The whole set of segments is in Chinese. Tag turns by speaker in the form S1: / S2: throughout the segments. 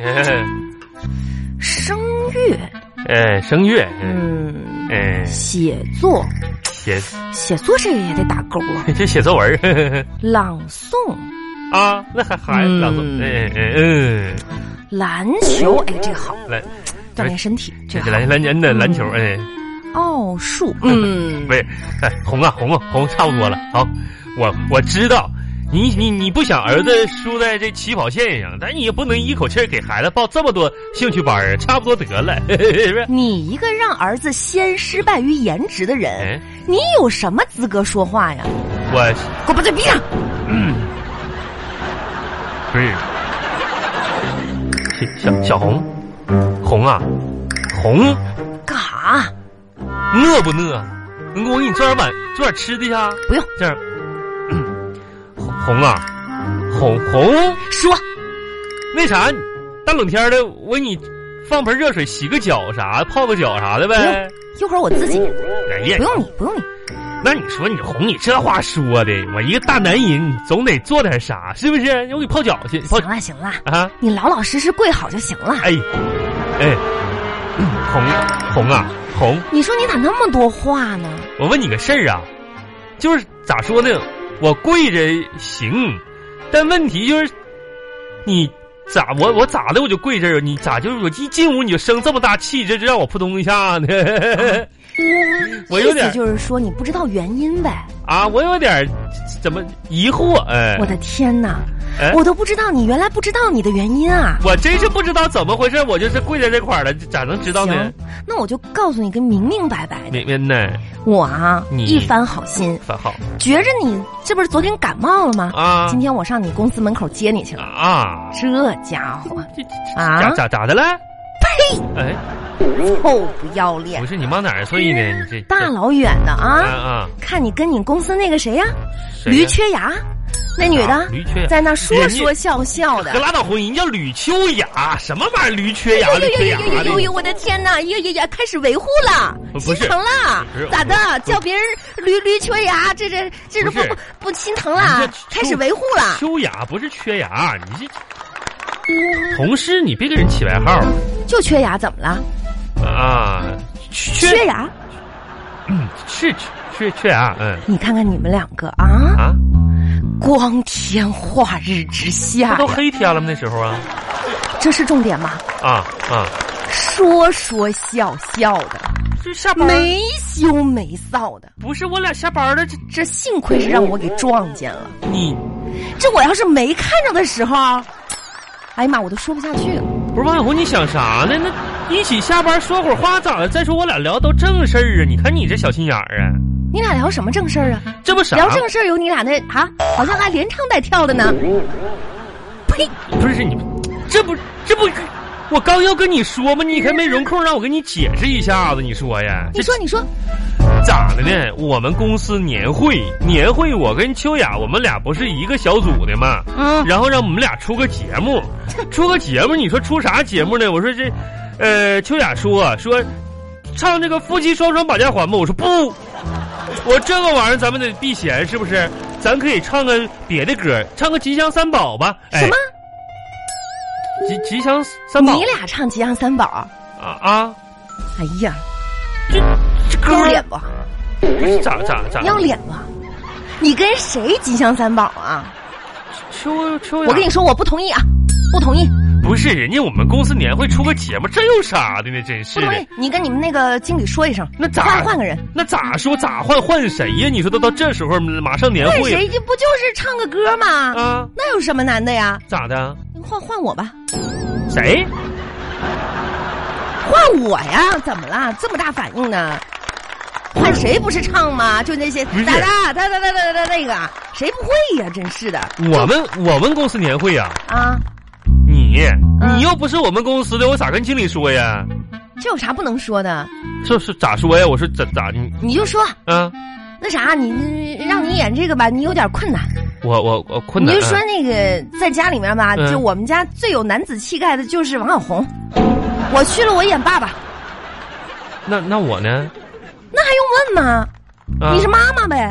S1: 哎呃，声乐，嗯，
S2: 嗯，
S1: 哎，
S2: 写作，
S1: 写
S2: 写作这个也得打勾啊。
S1: 这写作文儿呵呵
S2: 朗诵，
S1: 呵 啊，那还还
S2: 嗯
S1: 朗诵，哎哎嗯，
S2: 篮球，哎，这个好，
S1: 篮，
S2: 锻炼身体，这个好。
S1: 篮篮篮的篮球，哎，
S2: 奥数，嗯
S1: 不，是，哎，红啊红啊红，差不多了。好，我我知道，你你你不想儿子输在这起跑线上，但你也不能一口气儿给孩子报这么多兴趣班儿，差不多得了， 是不是？
S2: 你一个让儿子先失败于颜值的人
S1: 哎，
S2: 你有什么资格说话呀？
S1: 我
S2: 给我把嘴闭上！
S1: 嗯不是小小红，红啊，红，
S2: 干啥？
S1: 饿不饿？能给我给你做点碗做点吃的呀？
S2: 不用
S1: 这样，嗯红红啊，红红。啊
S2: 说，
S1: 那啥，大冷天的，我给你放盆热水，洗个脚啥，泡个脚啥的呗。
S2: 一会儿我自己，
S1: 哎呀
S2: 嗯不，用你，不用你。
S1: 那你说你红，你这话说的，我一个大男人，你总得做点啥，是不是？我给你泡脚去，泡
S2: 行了行了，
S1: 啊，
S2: 你老老实实跪好就行了。
S1: 哎，哎， 红红啊红，
S2: 你说你咋那么多话呢？
S1: 我问你个事儿啊，就是咋说呢，我跪着行，但问题就是你。咋我我咋的我就跪这儿，啊你咋就是我一进屋你就生这么大气，这这让我扑通一下呢？ 我有点
S2: 意思就是说你不知道原因呗。
S1: 啊，我有点儿怎么疑惑，哎，
S2: 我的天哪，
S1: 哎
S2: 我都不知道你原来不知道你的原因啊！
S1: 我真是不知道怎么回事，我就是跪在这块儿了，咋能知道呢
S2: 行？，那我就告诉你个明明白白的，
S1: 明明呢，
S2: 我啊
S1: 你
S2: 一番好心，
S1: 发好
S2: 觉着你这不是昨天感冒了吗？
S1: 啊
S2: 今天我上你公司门口接你去了，
S1: 啊，
S2: 这家伙
S1: 这这
S2: 啊
S1: 咋咋咋的了？呸！哎，
S2: 臭不要脸
S1: 不，是你往哪儿睡呢？你这
S2: 大老远的
S1: 啊
S2: 啊！
S1: 啊，
S2: 看你跟你公司那个谁呀、
S1: 谁呀
S2: 驴缺牙，那女
S1: 啊
S2: 的
S1: 驴缺牙
S2: 在那说
S1: 人家
S2: 说笑笑 的
S1: 可。拉倒婚，人家吕秋雅，什么玩意儿驴缺牙
S2: 哎呦
S1: 驴
S2: 呦
S1: 缺
S2: 呦
S1: 牙
S2: 呦呦呦呦！
S1: 的？
S2: 我的天哪！呀呀呀！开始维护了，
S1: 呃不
S2: 心
S1: 是
S2: 疼了
S1: 不是，
S2: 咋的？
S1: 不是
S2: 叫别人驴驴缺牙，这这这都
S1: 不
S2: 不
S1: 是
S2: 不不心疼
S1: 你
S2: 了
S1: 这，
S2: 开始维护了。
S1: 秋雅不是缺牙，你这同事你别给人起外号
S2: 就缺牙怎么了？
S1: 啊！缺嗯
S2: 缺牙？
S1: 是缺缺缺牙，嗯
S2: 你看看你们两个啊，
S1: 啊。
S2: 光天化日之
S1: 那
S2: 下
S1: 都
S2: 哎呀，
S1: 黑天了吗？那时候啊
S2: 这是重点吗？
S1: 啊啊！
S2: 说说笑笑的，
S1: 这下班儿
S2: 没羞没臊的，
S1: 不是我俩下班了，这
S2: 这幸亏是让我给撞见了。
S1: 你
S2: 这我要是没看着的时候，哎呀妈，我都说不下去了。
S1: 不是王小红，你想啥呢？那一起下班说会儿话咋的？再说我俩聊都正事儿啊！你看你这小心眼儿啊，
S2: 你俩聊什么正事儿啊？
S1: 这不啥
S2: 聊？正事儿有你俩那啊，好像还连唱带跳的呢。
S1: 嗯
S2: 呸！
S1: 不是你，这不这不，我刚要跟你说嘛，你还没容空让我跟你解释一下子，你说呀？
S2: 你
S1: 这
S2: 说，你说，
S1: 咋的呢？我们公司年会，年会我跟秋雅我们俩不是一个小组的吗？
S2: 嗯，
S1: 然后让我们俩出个节 目，出个节目，你说出啥节目呢？我说这，呃，秋雅说说，唱这个夫妻双双把家还吧。我说不，我这个玩意儿咱们得避嫌，是不是？咱可以唱个别的歌，唱个吉祥三宝吧。哎
S2: 什么？？
S1: 吉吉祥三宝？
S2: 你俩唱《吉祥三宝》？
S1: 啊啊！
S2: 哎呀，
S1: 这这歌
S2: 要
S1: 儿
S2: 脸不？
S1: 不是咋咋咋？
S2: 要脸不？你跟谁《吉祥三宝》啊？
S1: 秋秋雅，
S2: 我跟你说，我不同意啊！不同意，
S1: 不是人家我们公司年会出个节目，这有啥的呢？真
S2: 不
S1: 是
S2: 同
S1: 的
S2: 意。！你跟你们那个经理说一声，
S1: 那咋
S2: 换换个人？
S1: 那咋说咋换换谁呀？你说都到这时候，马上年
S2: 换
S1: 会了
S2: 谁？这不就是唱个歌吗？
S1: 啊，
S2: 那有什么难的呀？
S1: 咋的？
S2: 换换我吧，
S1: 谁？
S2: 换我呀？怎么了？这么大反应呢？换谁不是唱吗？就那些
S1: 不是
S2: 哒哒哒哒哒哒哒那个，啊谁不会呀？真是的
S1: 我们我们公司年会呀、
S2: 啊！
S1: 你
S2: 嗯
S1: 你又不是我们公司的，我咋跟经理说呀？
S2: 这有啥不能说的？
S1: 这是咋说呀？我说咋咋你
S2: 你就说
S1: 啊？
S2: 那啥，你你让你演这个吧，你有点困难。
S1: 我我我困难。啊
S2: 你就说那个在家里面吧，
S1: 嗯
S2: 就我们家最有男子气概的就是王小红，我去了我演爸爸，
S1: 那那我呢？
S2: 那还用问吗？
S1: 啊、
S2: 你是妈妈呗？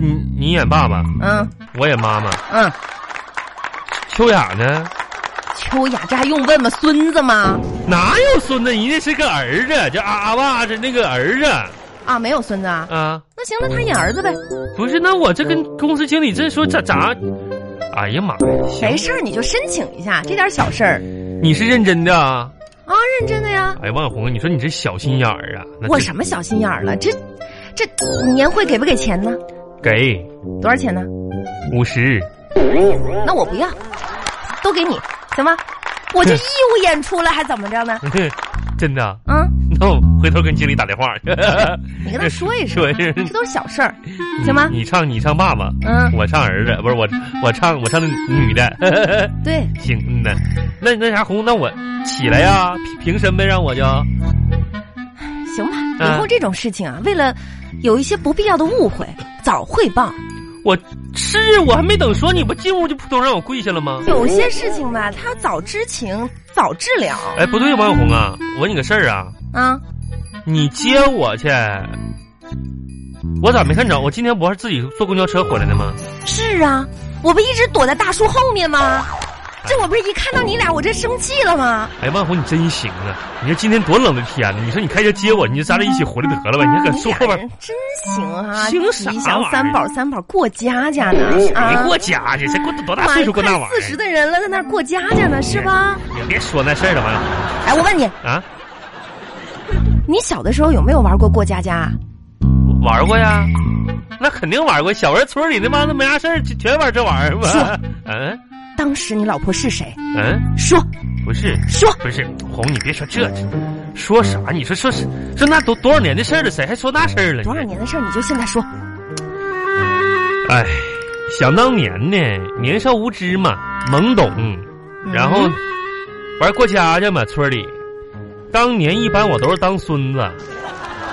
S1: 你你演爸爸，
S2: 嗯
S1: 我演妈妈。
S2: 嗯，
S1: 秋雅呢？
S2: 秋雅，这还用问吗？孙子吗？
S1: 哪有孙子？人家是个儿子，叫阿阿爸这那个儿子
S2: 啊，没有孙子啊？
S1: 啊。
S2: 那行，那他演儿子呗，
S1: 不是，那我这跟公司经理这说咋咋？哎呀妈呀！
S2: 没
S1: 行，
S2: 事儿你就申请一下，这点小事儿
S1: 你是认真的啊？
S2: 啊，认真的呀。
S1: 哎，万红，你说你这小心眼儿啊？那
S2: 我
S1: 这
S2: 什么小心眼儿了？这这年会给不给钱呢？
S1: 给
S2: 多少钱呢？
S1: 五十？
S2: 那我不要，都给你，行吗？我就义务演出了，还怎么着呢？
S1: 真的？
S2: 啊，
S1: 那我回头跟经理打电话。
S2: 你跟他说一声
S1: 说
S2: 啊，
S1: 一声
S2: 这都是小事儿， 行吗？
S1: 你唱你唱爸爸，
S2: 嗯，
S1: 我唱儿子，不是我我唱我唱的女的。
S2: 对，
S1: 行，嗯呐，那那啥红，那我起来呀、凭凭什么让我就？
S2: 行吧。
S1: 啊
S2: 以后这种事情啊，为了有一些不必要的误会，早汇报。
S1: 我是我还没等说你不进屋就扑通让我跪下了吗？
S2: 有些事情吧，他早知情，早治疗
S1: 哎，不对，王小红啊，我问你个事儿啊，
S2: 啊。
S1: 你接我去，我咋没看着？我今天不是自己坐公交车回来的吗？
S2: 是啊，我不一直躲在大树后面吗？这我不是一看到你俩，我这生气了吗？
S1: 哎，万红，你真行啊！你说今天多冷的天呢，啊你说你开车接我，你就咱俩一起回来得了呗？你还搁
S2: 啊你
S1: 坐
S2: 俩
S1: 后边
S2: 人哎真行啊！
S1: 行啥
S2: 吉祥
S1: 玩意儿
S2: 三宝三宝过家家呢
S1: 谁
S2: 啊！
S1: 过家去？谁过多大
S2: 妈
S1: 岁
S2: 呀，
S1: 数过
S2: 快
S1: 那玩
S2: 四
S1: 意
S2: 十
S1: 儿？
S2: 的人了，在那儿过家家呢，是吧？
S1: 你别说那事儿了，王小红
S2: 哎，我问你，
S1: 啊，
S2: 你小的时候有没有玩过过家家？
S1: 玩过呀，那肯定玩过。小时候村里那帮子没啥事儿，就全玩这玩意儿吧
S2: 是。
S1: 嗯
S2: 当时你老婆是谁？
S1: 嗯，
S2: 说
S1: 不是
S2: 说，
S1: 不是，红，你别说这，说啥？你说说是说那都多少年的事儿了，谁还说那事儿了？
S2: 多少年的事儿你就现在说。
S1: 哎，想当年呢，年少无知嘛，懵懂，然后
S2: 嗯
S1: 玩过家家嘛，村里。当年一般我都是当孙子，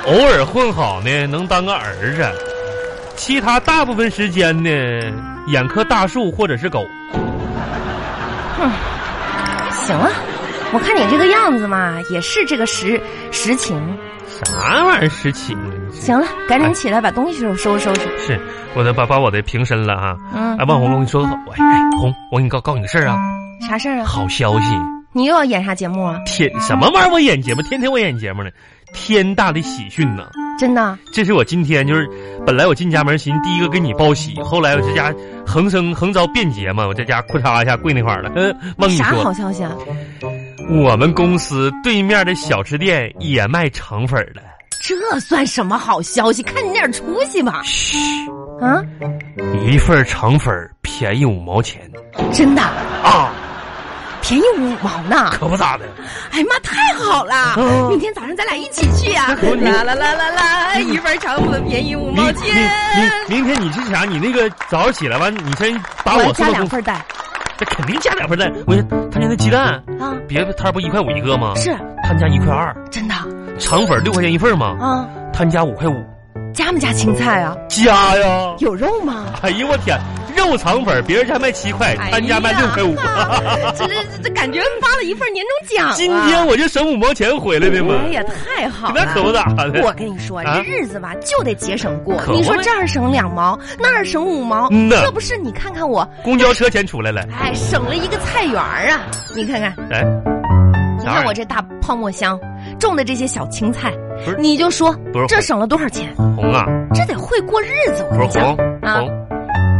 S1: 偶尔混好呢能当个儿子，其他大部分时间呢养棵大树或者是狗。
S2: 行啊，我看你这个样子嘛，也是这个实实情。
S1: 啥玩意儿事情啊？你
S2: 行了，赶紧起来把东西收收收拾。
S1: 是我得把把我的平身了啊！
S2: 嗯
S1: 哎，，万红，我跟你说个好，哎哎，红，我给你告告诉你个事儿啊，
S2: 啥事儿啊？
S1: 好消息，
S2: 你又要演啥节目啊？
S1: 天什么玩意儿？我演节目，天天我演节目呢，天大的喜讯呐！
S2: 真的？
S1: 这是我今天就是，本来我进家门寻第一个给你报喜，后来我这家横生横遭变节嘛，我这家裤嚓一下跪那块儿了。
S2: 呃
S1: 哼忘跟你
S2: 啥好
S1: 说，
S2: 消息啊？
S1: 我们公司对面的小吃店也卖肠粉儿了。
S2: 这算什么好消息？看你点出息吧！
S1: 嘘，
S2: 啊，
S1: 一份肠粉儿便宜五毛钱
S2: 真的
S1: 啊，
S2: 便宜五毛呢！
S1: 可不咋的。
S2: 哎妈，太好了！
S1: 嗯
S2: 明天早上咱俩一起去啊！
S1: 那可不你
S2: 啦啦啦啦啦，一份肠粉便宜五
S1: 明
S2: 毛
S1: 明
S2: 钱。
S1: 明明天你是啥？你那个早上起来完，你先把
S2: 我要
S1: 我送
S2: 加
S1: 到
S2: 两
S1: 公司，
S2: 份蛋
S1: 那肯定加两份蛋。我他家那鸡蛋，
S2: 啊！
S1: 别的摊儿不一块五一个吗？
S2: 是
S1: 他们家一块二，
S2: 真的
S1: 肠粉儿六块钱一份儿吗？
S2: 啊！
S1: 他们家五块五。
S2: 加没加青菜啊？
S1: 加呀！
S2: 有肉吗？
S1: 哎呦我天，肉肠粉儿别人家卖七块，他家卖六块五。
S2: 哎呀 这这这感觉发了一份年终奖啊！
S1: 今天我就省五毛钱回来的嘛，
S2: 哎呀，太好
S1: 那可
S2: 了！
S1: 不咋的。
S2: 我跟你说，
S1: 啊
S2: 这日子吧就得节省过。
S1: 可不
S2: 你说
S1: 呗
S2: 这儿省两毛，那儿省五毛，
S1: 嗯呐
S2: 这不是你看看我，
S1: 公交车钱出来了，
S2: 哎，省了一个菜园儿啊！你看看，
S1: 哎，
S2: 你
S1: 哪儿啊
S2: 看我这大泡沫箱种的这些小青菜
S1: 不是，
S2: 你就说
S1: 不是
S2: 这省了多少钱？
S1: 红啊，
S2: 这得会过日子，我
S1: 不
S2: 跟
S1: 是
S2: 你讲
S1: 红，
S2: 啊
S1: 红，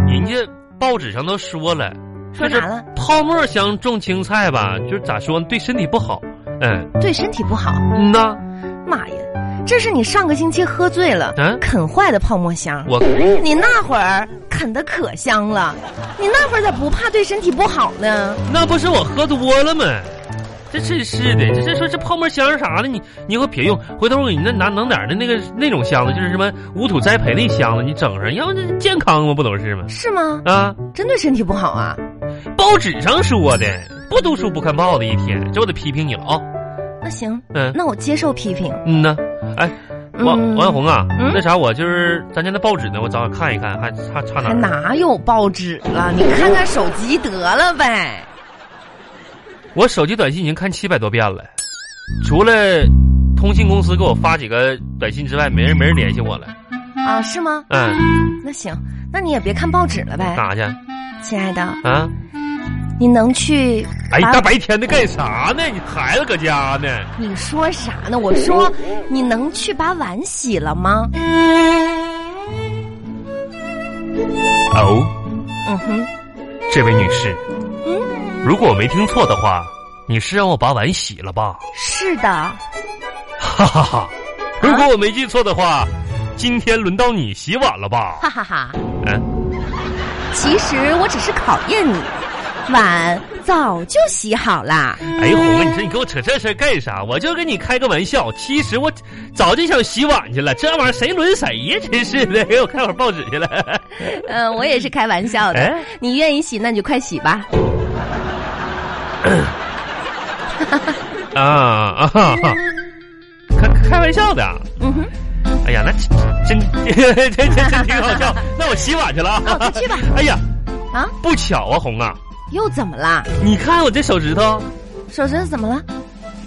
S1: 人家报纸上都说了，
S2: 说
S1: 这
S2: 啥了？
S1: 泡沫箱种青菜吧，就是咋说呢，对身体不好。嗯，
S2: 对身体不好。
S1: 嗯呐，
S2: 妈呀，这是你上个星期喝醉了
S1: 嗯
S2: 啃坏的泡沫箱。
S1: 我
S2: 你那会儿啃的可香了，你那会儿咋不怕对身体不好呢？
S1: 那不是我喝多了吗？这真是的，这这说这泡沫箱啥的，你你给我别用，回头我给你那拿弄点儿的那个那种箱子，就是什么无土栽培那箱子，你整上，要不这健康吗？不都是吗？
S2: 是吗？
S1: 啊，
S2: 真对身体不好啊？
S1: 报纸上说的，不读书不看报的一天，这我得批评你了啊、
S2: 那行，
S1: 嗯
S2: 那我接受批评。
S1: 嗯呐，哎，王
S2: 嗯
S1: 王小红啊，
S2: 嗯
S1: 那啥，我就是咱家那报纸呢，我找找看一看，还差差哪
S2: 还
S1: 儿？啊
S2: 哪有报纸了？你看看手机得了呗。
S1: 我手机短信已经看七百多遍了，除了通信公司给我发几个短信之外，没人没人联系我了。
S2: 啊，是吗？
S1: 嗯，
S2: 那行，那你也别看报纸了呗，
S1: 干啥去
S2: 亲爱的，
S1: 啊？
S2: 你能去把？
S1: 哎，大白天的干啥呢？你孩子搁家呢？
S2: 你说啥呢？我说你能去把碗洗了吗？
S1: 哦，
S2: 嗯哼，
S1: 这位女士，如果我没听错的话，你是让我把碗洗了吧？
S2: 是的，
S1: 哈哈哈！啊如果我没记错的话，今天轮到你洗碗了吧？
S2: 哈哈哈。
S1: 嗯，
S2: 其实我只是考验你，碗早就洗好啦。
S1: 哎呀，红啊，你说你跟我扯这事儿干啥？我就跟你开个玩笑。其实我早就想洗碗去了，这玩意儿谁轮谁呀？真是的，给我看会儿报纸 去了。
S2: 嗯、我也是开玩笑的
S1: 哎。
S2: 你愿意洗，那你就快洗吧。
S1: 啊啊哈！哈开开玩笑的。啊
S2: 嗯哼，
S1: 哎呀，那真真 真真真挺好笑。那我洗碗去了啊。
S2: 哦快去吧
S1: 哎呀，
S2: 啊，
S1: 不巧啊，红啊，
S2: 又怎么啦？
S1: 你看我这手指头。
S2: 手指头怎么了？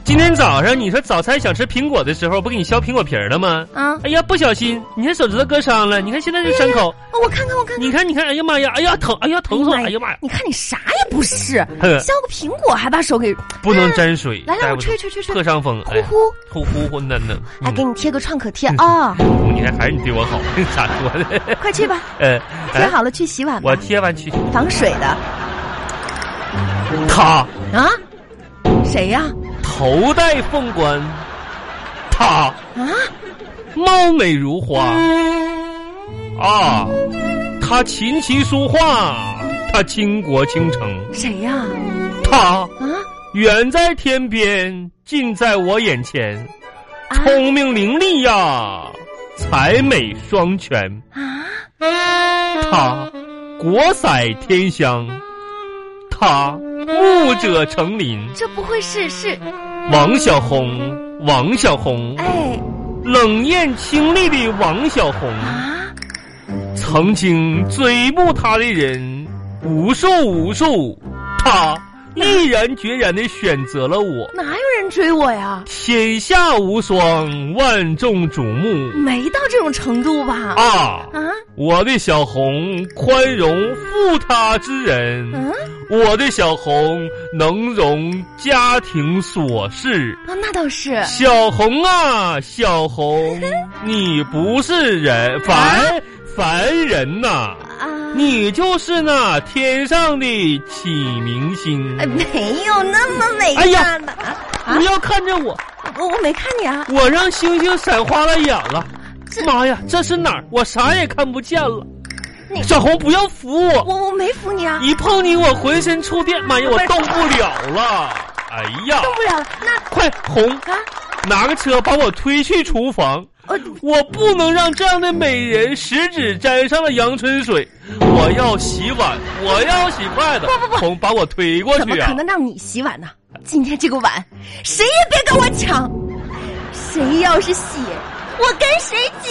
S1: 今天早上你说早餐想吃苹果的时候，不给你削苹果皮儿了吗？
S2: 啊，
S1: 哎呀，不小心，你看手指头割伤了，你看现在这伤口，
S2: 哦我看看，我看看。
S1: 你看，你看，哎呀妈呀，哎呀疼，哎呀疼死我，
S2: 哎
S1: 哎
S2: 呀
S1: 呀妈呀，
S2: 你看你啥也不是，
S1: 呵
S2: 削个苹果还把手给
S1: 不能沾水，
S2: 嗯来来，
S1: 待
S2: 我
S1: 不
S2: 吹
S1: 住
S2: 吹吹吹，
S1: 破伤风，
S2: 呼
S1: 哎，
S2: 呼，
S1: 呼呼呼呢呢，
S2: 哎，给
S1: 嗯，
S2: 你贴个创可贴啊，
S1: 你看还是你对我好， 咋说的？
S2: 快去吧，
S1: 呃，
S2: 贴
S1: 哎，
S2: 好了去洗碗
S1: 我
S2: 吧，
S1: 贴完去，
S2: 防水的
S1: 他
S2: 啊。谁呀？
S1: 头戴凤冠，他
S2: 啊，
S1: 貌美如花啊，他琴棋书画，他倾国倾城，
S2: 谁呀？
S1: 他
S2: 啊
S1: 远在天边，近在我眼前，
S2: 啊
S1: 聪明伶俐呀，才美双全。
S2: 啊！
S1: 他国色天香，他牧者成林。
S2: 这不会是是
S1: 王小红，王小红，
S2: 哎
S1: 冷艳清丽的王小红，
S2: 啊？
S1: 曾经追慕她的人无数无数，她毅然决然的选择了我。
S2: 哪有人追我呀？
S1: 天下无双，万众瞩目
S2: 没到这种程度吧？
S1: 啊！
S2: 啊？
S1: 我的小红宽容负他之人，
S2: 嗯
S1: 我的小红能容家庭琐事。
S2: 啊，那倒是。
S1: 小红啊，小红，你不是人凡凡人呐、
S2: 啊，
S1: 你就是那天上的启明星。
S2: 哎，没有那么伟
S1: 哎
S2: 大
S1: 呀
S2: 的。啊
S1: 不要看着我，
S2: 我我没看你啊，
S1: 我让星星闪花了眼了。妈呀，这是哪儿？我啥也看不见了
S2: 你。
S1: 小红，不要扶我，
S2: 我我没扶你啊，
S1: 一碰你我浑身触电。妈呀，我动不了了。哎呀，
S2: 动不了了。那
S1: 快红，
S2: 啊，
S1: 拿个车把我推去厨房。
S2: 我
S1: 我不能让这样的美人食指沾上了阳春水。我要洗碗，我要洗筷子。
S2: 不不不
S1: 红，把我推过
S2: 怎么
S1: 去啊
S2: 可！能让你洗碗呢？今天这个碗，谁也别跟我抢，谁要是洗，我跟谁挤。